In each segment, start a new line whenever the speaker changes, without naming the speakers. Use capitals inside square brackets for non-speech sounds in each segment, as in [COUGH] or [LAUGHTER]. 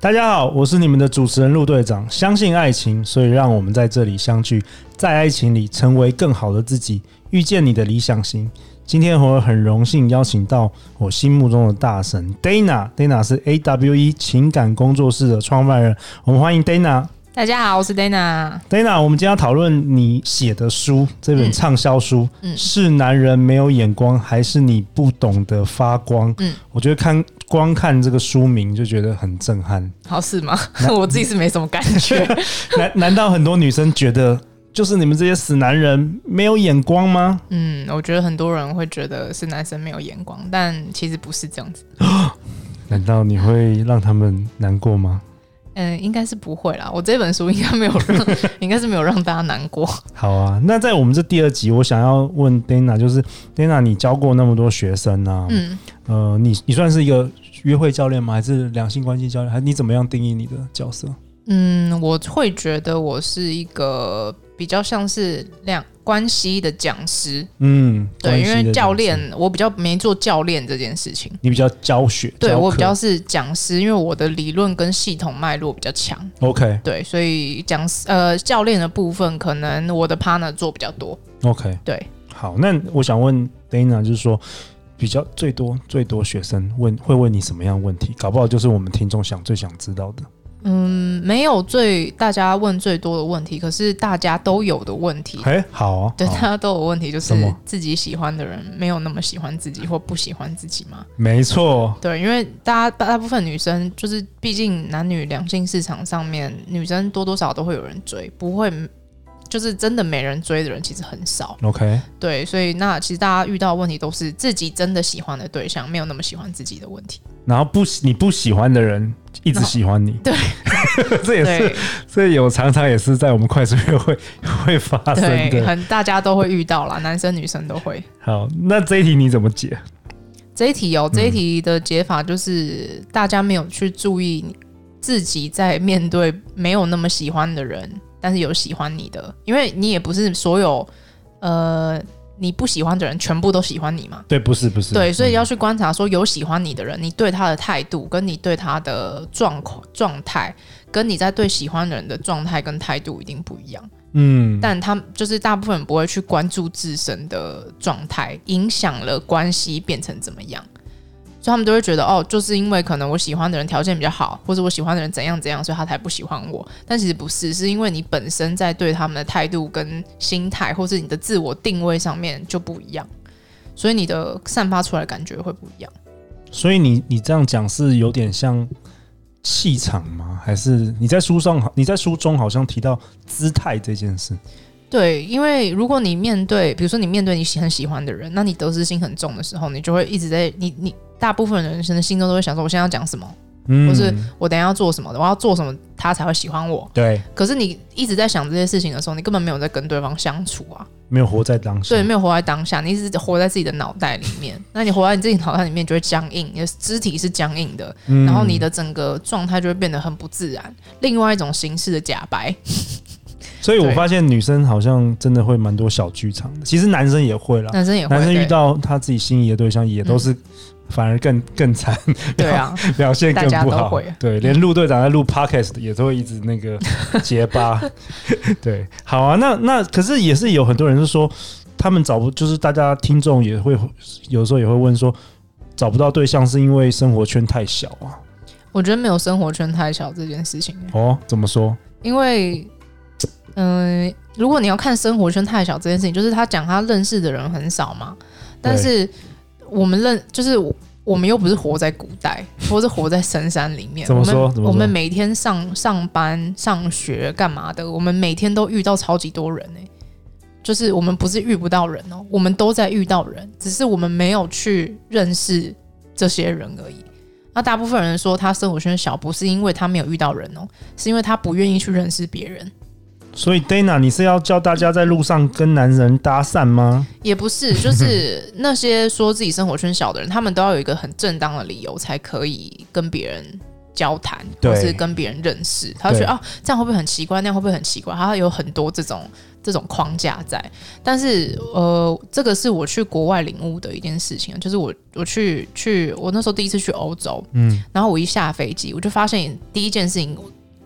大家好，我是你们的主持人陆队长。相信爱情，所以让我们在这里相聚，在爱情里成为更好的自己，遇见你的理想型。今天我很荣幸邀请到我心目中的大神 Dana，Dana 是 AWE 情感工作室的创办人。我们欢迎 Dana。
大家好，我是 Dana。
Dana，我们今天要讨论你写的书，这本畅销书、
嗯
是男人没有眼光，还是你不懂得发光？
嗯
我觉得看光看这个书名就觉得很震撼。 [LAUGHS]
好是吗？ [LAUGHS] 我自己是没什么感觉。
难难道很多女生觉得就是你们这些死男人没有眼光吗？
嗯，我觉得很多人会觉得是男生没有眼光，但其实不是这样子。
难道你会让他们难过吗？
嗯，应该是不会啦。我这本书应该没有
[LAUGHS]
让，应该是没有让大家难过。
好啊，那在我们这第二集，我想要问 Dana，就是 Dana，你教过那么多学生啊，
嗯，
呃，你你算是一个约会教练吗？还是两性关系教练？还是你怎么样定义你的角色？
嗯，我会觉得我是一个比较像是两关系的讲师，
嗯，关
对，
系
因
的
为教
角色
练我比较没做教练这件事情。
你比较教学，
对
教
我
课
比较是讲师，因为我的理论跟系统脉络比较强。
OK
对，所以讲呃教练的部分，可能我的 partner 做比较多。
OK。
对，
好，那我想问 Dana，就是说，比较最多最多学生问会问你什么样的问题？搞不好就是我们听众想最想知道的。
嗯，没有最大家问最多的问题，可是大家都有的问题。
哎、好啊，
对，
好
大家都有问题，就
什
是
么
自己喜欢的人没有那么喜欢自己，或不喜欢自己嘛。
没错，
对，因为大家大大部分女生就是，毕竟男女两性市场上面，女生多多少少都会有人追，不会就是真的没人追的人其实很少。
OK，
对，所以那其实大家遇到的问题都是自己真的喜欢的对象，没有那么喜欢自己的问题。
然后不喜你不喜欢的人一直喜欢你，
对，
[LAUGHS] 这也是
对
这有常常也是在我们快速约会会发生
对，
的。
很大家都会遇到啦，男生女生都会。
好，那这一题你怎么解？
这一题哦，这一题的解法就是、
嗯
大家没有去注意自己在面对没有那么喜欢的人，但是有喜欢你的，因为你也不是所有呃你不喜欢的人全部都喜欢你嘛。
对，不是不是，
对，所以
嗯
要去观察说有喜欢你的人，你对他的态度，跟你对他的状况、状态，跟你在对喜欢的人的状态跟态度一定不一样。
嗯，
但他们就是大部分人不会去关注自身的状态，影响了关系变成怎么样，所以他们都会觉得哦，就是因为可能我喜欢的人条件比较好，或者我喜欢的人怎样怎样，所以他才不喜欢我。但其实不是，是因为你本身在对他们的态度跟心态，或是你的自我定位上面就不一样，所以你的散发出来的感觉会不一样。
所以你你这样讲是有点像气场吗？还是你在书上你在书中好像提到姿态这件事？
对，因为如果你面对，比如说你面对你喜很喜欢的人，那你得失心很重的时候，你就会一直在你你大部分人可能心中都会想说，我现在要讲什么，
嗯
或是我等一下要做什么，我要做什么他才会喜欢我。
对，
可是你一直在想这些事情的时候，你根本没有在跟对方相处啊，
没有活在当下
所以。没有活在当下，你一直活在自己的脑袋里面。那你活在你自己脑袋里面，就会僵硬，你的肢体是僵硬的，
嗯
然后你的整个状态就会变得很不自然。另外一种形式的假白，
啊所以我
对
发现女生好像真的会蛮多小剧场的，其实男生也会啦。
男生也会
男生遇
对嗯
到他自己心仪的对象，也都是反而更更惨， [LAUGHS]
对啊，
表现更
大
不
家都
好
会。嗯
对，连陆队长在录 podcast 也都会一直那
[LAUGHS]
个结巴。对，好啊，那那可是也是有很多人是说，他们找不，就是大家听众也会有时候也会问说，找不到对象是因为生活圈太小啊？
我觉得没有生活圈太小这件事情、欸
哦，怎么说？
因为，嗯、如果你要看生活圈太小这件事情，就是他讲他认识的人很少嘛，但是我们认就是我。我们又不是活在古代，或是活在深山里面。
怎么说
我
怎
们
么说
我们每天上上班、上学干嘛的？我们每天都遇到超级多人呢、欸就是我们不是遇不到人哦、我们都在遇到人，只是我们没有去认识这些人而已。那大部分人说他生活圈小，不是因为他没有遇到人哦、是因为他不愿意去认识别人，
所以 Dana，你是要教大家在路上跟男人搭讪吗？
也不是，
[LAUGHS]
就是那些说自己生活圈小的人，他们都要有一个很正当的理由才可以跟别人交谈，
对
或是跟别人认识，他会觉得
对
哦，这样会不会很奇怪？那样会不会很奇怪？他有很多这种这种框架在。但是呃，这个是我去国外领悟的一件事情，就是我我去去我那时候第一次去欧洲，
嗯，
然后我一下飞机，我就发现第一件事情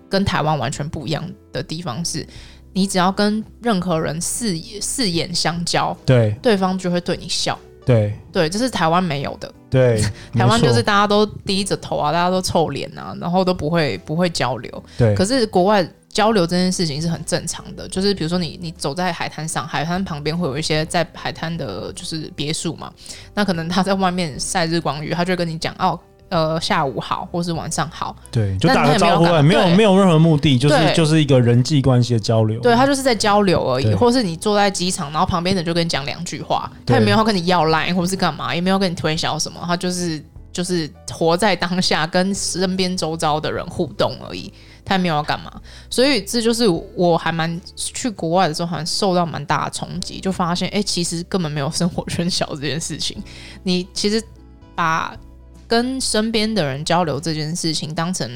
跟台湾完全不一样的地方是，你只要跟任何人四眼四眼相交，
对
对方就会对你笑。
对
对，这是台湾没有的。
对，
[LAUGHS] 台
没
湾
错
就是大家都低着头啊，大家都臭脸啊，然后都不会不会交流。
对，
可是国外交流这件事情是很正常的，就是比如说你你走在海滩上，海滩旁边会有一些在海滩的就是别墅嘛，那可能他在外面晒日光浴，他就会跟你讲哦。呃，下午好，或是晚上好，
对，就
但
打个
他也没有
招呼
干嘛
而已，没有
对
没有任何目的，就是
对
就是一个人际关系的交流。
对他就是在交流而已，
哦对
或是你坐在机场，然后旁边的就跟你讲两句话，他也
对
没有要跟你要 line 或是干嘛，也没有跟你推销什么，他就是就是活在当下，跟身边周遭的人互动而已，他也没有要干嘛，所以这就是我还蛮去国外的时候，好像受到蛮大的冲击，就发现哎、诶其实根本没有生活圈小这件事情，你其实把跟身边的人交流这件事情当成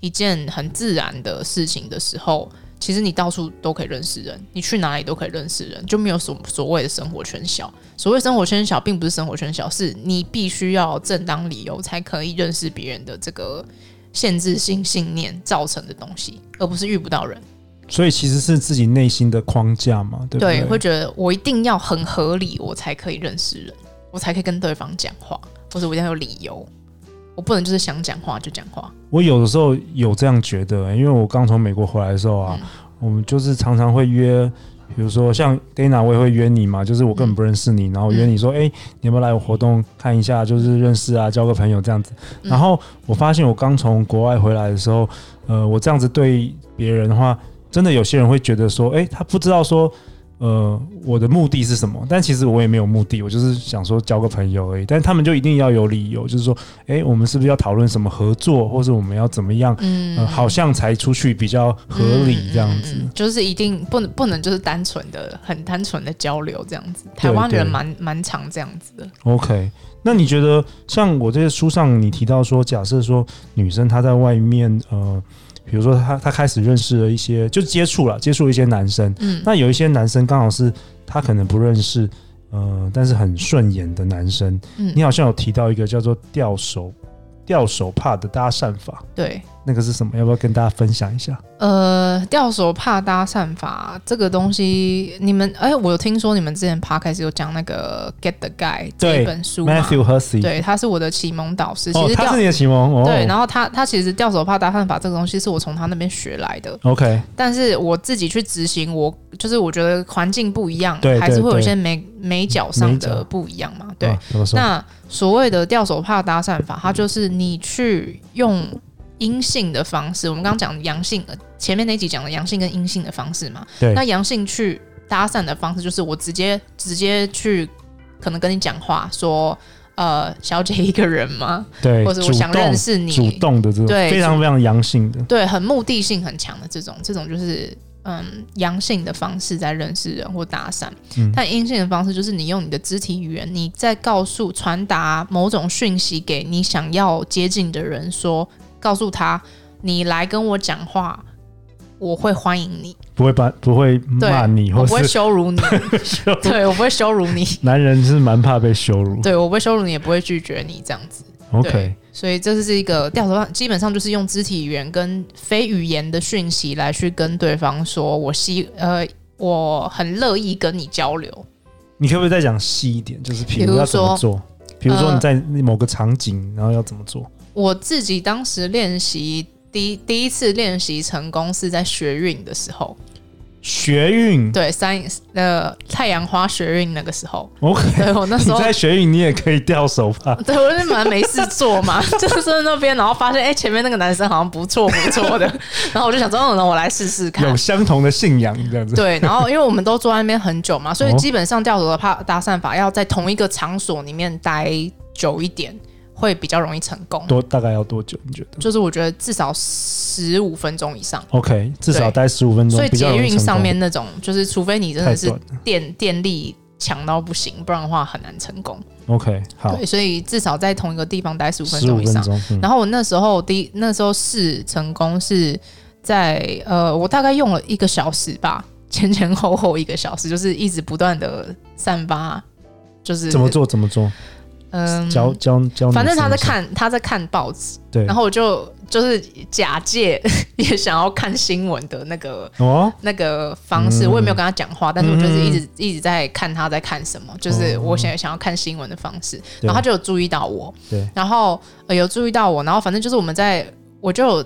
一件很自然的事情的时候，其实你到处都可以认识人，你去哪里都可以认识人，就没有所所谓的生活圈小。所谓生活圈小，并不是生活圈小，是你必须要正当理由才可以认识别人的这个限制性信念造成的东西，而不是遇不到人。
所以其实是自己内心的框架嘛，对不
对，
对
会觉得我一定要很合理，我才可以认识人，我才可以跟对方讲话，或者我一定要有理由，我不能就是想讲话就讲话。
我有的时候有这样觉得、因为我刚从美国回来的时
嗯
候啊，我们就是常常会约，比如说像 Dana，我也会约你嘛，就是我根本不认识你，然后我约你说，哎、你要不要来我活动看一下，就是认识啊，交个朋友这样子。
嗯
然后我发现我刚从国外回来的时候，呃，我这样子对别人的话，真的有些人会觉得说，哎、他不知道说。呃，我的目的是什么？但其实我也没有目的，我就是想说交个朋友而已。但他们就一定要有理由，就是说，哎、我们是不是要讨论什么合作，或是我们要怎么样？
嗯
呃，好像才出去比较合理这样子。
嗯嗯嗯就是一定不能不能就是单纯的很单纯的交流这样子。台湾
对
人蛮蛮常这样子的，
OK，那你觉得像我这些书上你提到说，假设说女生她在外面，呃，比如说她她开始认识了一些，就接触了接触了一些男生，
嗯，
那有一些男生刚好是她可能不认识，呃，但是很顺眼的男生，
嗯
你好像有提到一个叫做吊手吊手帕的搭讪法，
对。
那个是什么？要不要跟大家分享一下？
呃，吊手帕搭讪法这个东西，你们哎、我有听说你们之前 p 开始有讲那个《Get the Guy》这
对
一本书嘛？
Matthew Hussey，
对，他是我的启蒙导师。其
哦，
实
他
吊、
是你的启蒙哦，
对，然后他他其实吊手帕搭讪法这个东西是我从他那边学来的，
OK，
但是我自己去执行，我就是我觉得环境不一样，
对对
还是会有一些美美角上
美角
的不一样嘛。对，
啊怎么说？
那所谓的吊手帕搭讪法，它
嗯
就是你去用阴性的方式，我们刚刚讲阳性，呃前面那集讲的阳性跟阴性的方式嘛。
对
那阳性去搭讪的方式，就是我直接直接去，可能跟你讲话说，呃，小姐一个人吗？
对，
或者我
主
想
动
认识你，
主动的这种，
对
非常非常阳性的，
对，很目的性很强的这种，这种就是嗯阳性的方式在认识人或搭讪，
嗯
但阴性的方式就是你用你的肢体语言，你在告诉传达某种讯息给你想要接近的人说告诉他你来跟我讲话，我会欢迎你，
不会把不会骂你，
我
或
不会
是
羞
[LAUGHS]
辱你，对我不会羞辱你，
男人是蛮怕被羞辱。
对我不会羞辱你，也不会拒绝你这样子。
OK，
对，所以这是一个调查，基本上就是用肢体语言跟非语言的讯息来去跟对方说，我希呃，我很乐意跟你交流。
你可不可以再讲细一点？就是比
比
如
如
要怎么
说
做？比如说
呃
你在某个场景，然后要怎么做？
我自己当时练习第一第一次练习成功是在学运的时候，
学运
对三呃太阳花学运那个
[LAUGHS]
时候，
，OK，
对我那
你
时候
在学运你也可以掉手帕，
[LAUGHS] 对，我就蛮没事做嘛， [LAUGHS] 就是在那边，然后发现哎、前面那个男生好像不错不错
[LAUGHS]
的，然后我就想说，嗯，那我来试试看
有。相同的信仰这 [LAUGHS] 样子。
对，然后因为我们都坐在那边很久嘛，所以
哦
基本上吊手的怕搭讪法要在同一个场所里面待久一点，会比较容易成功。
多大概要多久？你觉得
就是我觉得至少十五分钟以上。
？OK，至少
对
待十五分钟
所以，
比较
捷
容易
运
成
上
功
面那种，就是除非你真
太
的是
短了。
电电力强到不行，不然的话很难成功。
OK，好，
对，所以至少在同一个地方待十五分
十五
钟以
分
上。
钟，嗯
然后我那时候第一那时候试成功是在呃，我大概用了一个小时吧，前前后后一个小时，就是一直不断的散发，就是
怎么？做怎么做，
嗯，
教教教你怎么做，
反正他在看他在看报纸，
对，
然后我就就是假借也想要看新闻的那个
哦，
那个方式，
嗯
我也没有跟他讲话，但是我就是
嗯哦
一直、一直在看他在看什么，就是我现在想要看新闻的方式，
对
然后他就有注意到我，
对，
然后、呃、有注意到我，然后反正就是我们在我就有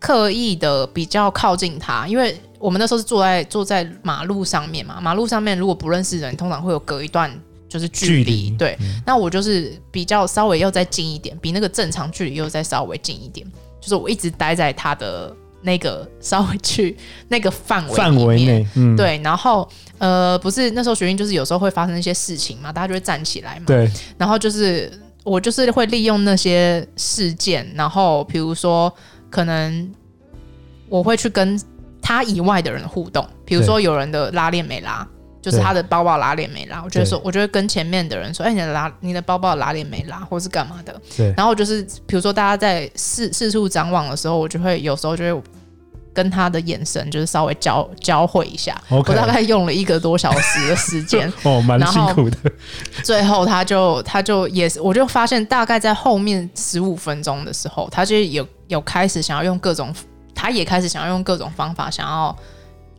刻意的比较靠近他，因为我们那时候是坐在坐在马路上面嘛，马路上面如果不认识人，通常会有隔一段就是距
距离嗯
对，那我就是比较稍微又再近一点，比那个正常距离又再稍微近一点，就是我一直待在他的那个稍微去那个范围
范
里
围
面。
内，嗯，
对，然后呃，不是那时候学运就是有时候会发生一些事情嘛，大家就会站起来嘛。
对，
然后就是我就是会利用那些事件，然后比如说可能我会去跟他以外的人互动，比如说有人的拉链没拉。就是
对
他的包包拉链没拉，我就会
对
说，我就会跟前面的人说，哎、你的拉，你的包包拉链没拉，或是干嘛的。
对
然后就是，比如说大家在四四处张望的时候，我就会有时候就会跟他的眼神就是稍微交交汇一下。
OK
我大概用了一个多小时的时间，
哦，蛮
然
辛
后
苦的，
最后他就他就也是，我就发现大概在后面十五分钟的时候，他就有有开始想要用各种，他也开始想要用各种方法，想要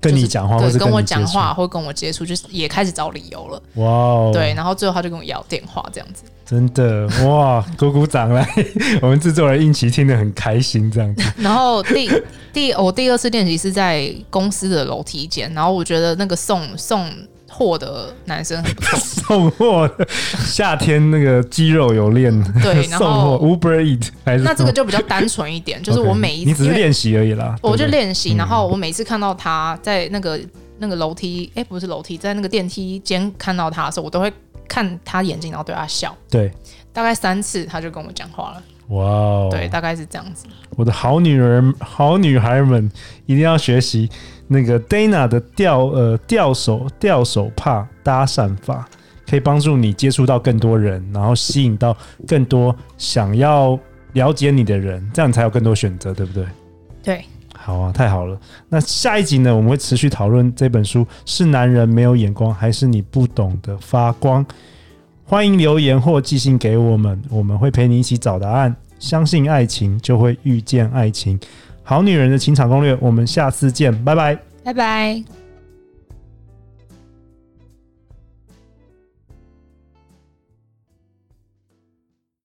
跟
就是
你讲话或
对
者
跟我
你接
讲
触
话，或跟我接触，就是也开始找理由了。
哇哦，
对，，然后最后他就跟我要电话这样子。
真的哇，鼓鼓掌来， [LAUGHS] 我们制作人应奇听得很开心，这样
[LAUGHS]
子，
然后第第我第二次练习是在公司的楼梯间，然后我觉得那个送送货的男生很不错，
送货的夏天那个肌肉有练，
对，
[LAUGHS]
然
送货
后
Uber Eat 还是
那这
什么
个就比较单纯
[LAUGHS]
一点，就是我
OK，
每一次
你只
因
是
为
练习而已啦，
我就
对不对
练习，
嗯
然后我每次看到他在那个那个楼梯，哎、不是楼梯，在那个电梯间看到他的时候，我都会看他眼睛，然后对他笑。
对，
大概三次，他就跟我讲话了。
哇哦，
对，大概是这样子。
我的好女人、好女孩们一定要学习那个 Dana 的吊呃吊手吊手帕搭讪法，可以帮助你接触到更多人，然后吸引到更多想要了解你的人，这样你才有更多选择，对不对？
对，
好啊，太好了。那下一集呢，我们会持续讨论这本书是男人没有眼光，还是你不懂得发光？欢迎留言或寄信给我们，我们会陪你一起找答案。相信爱情，就会遇见爱情。好女人的情场攻略，我们下次见，拜拜。
拜拜。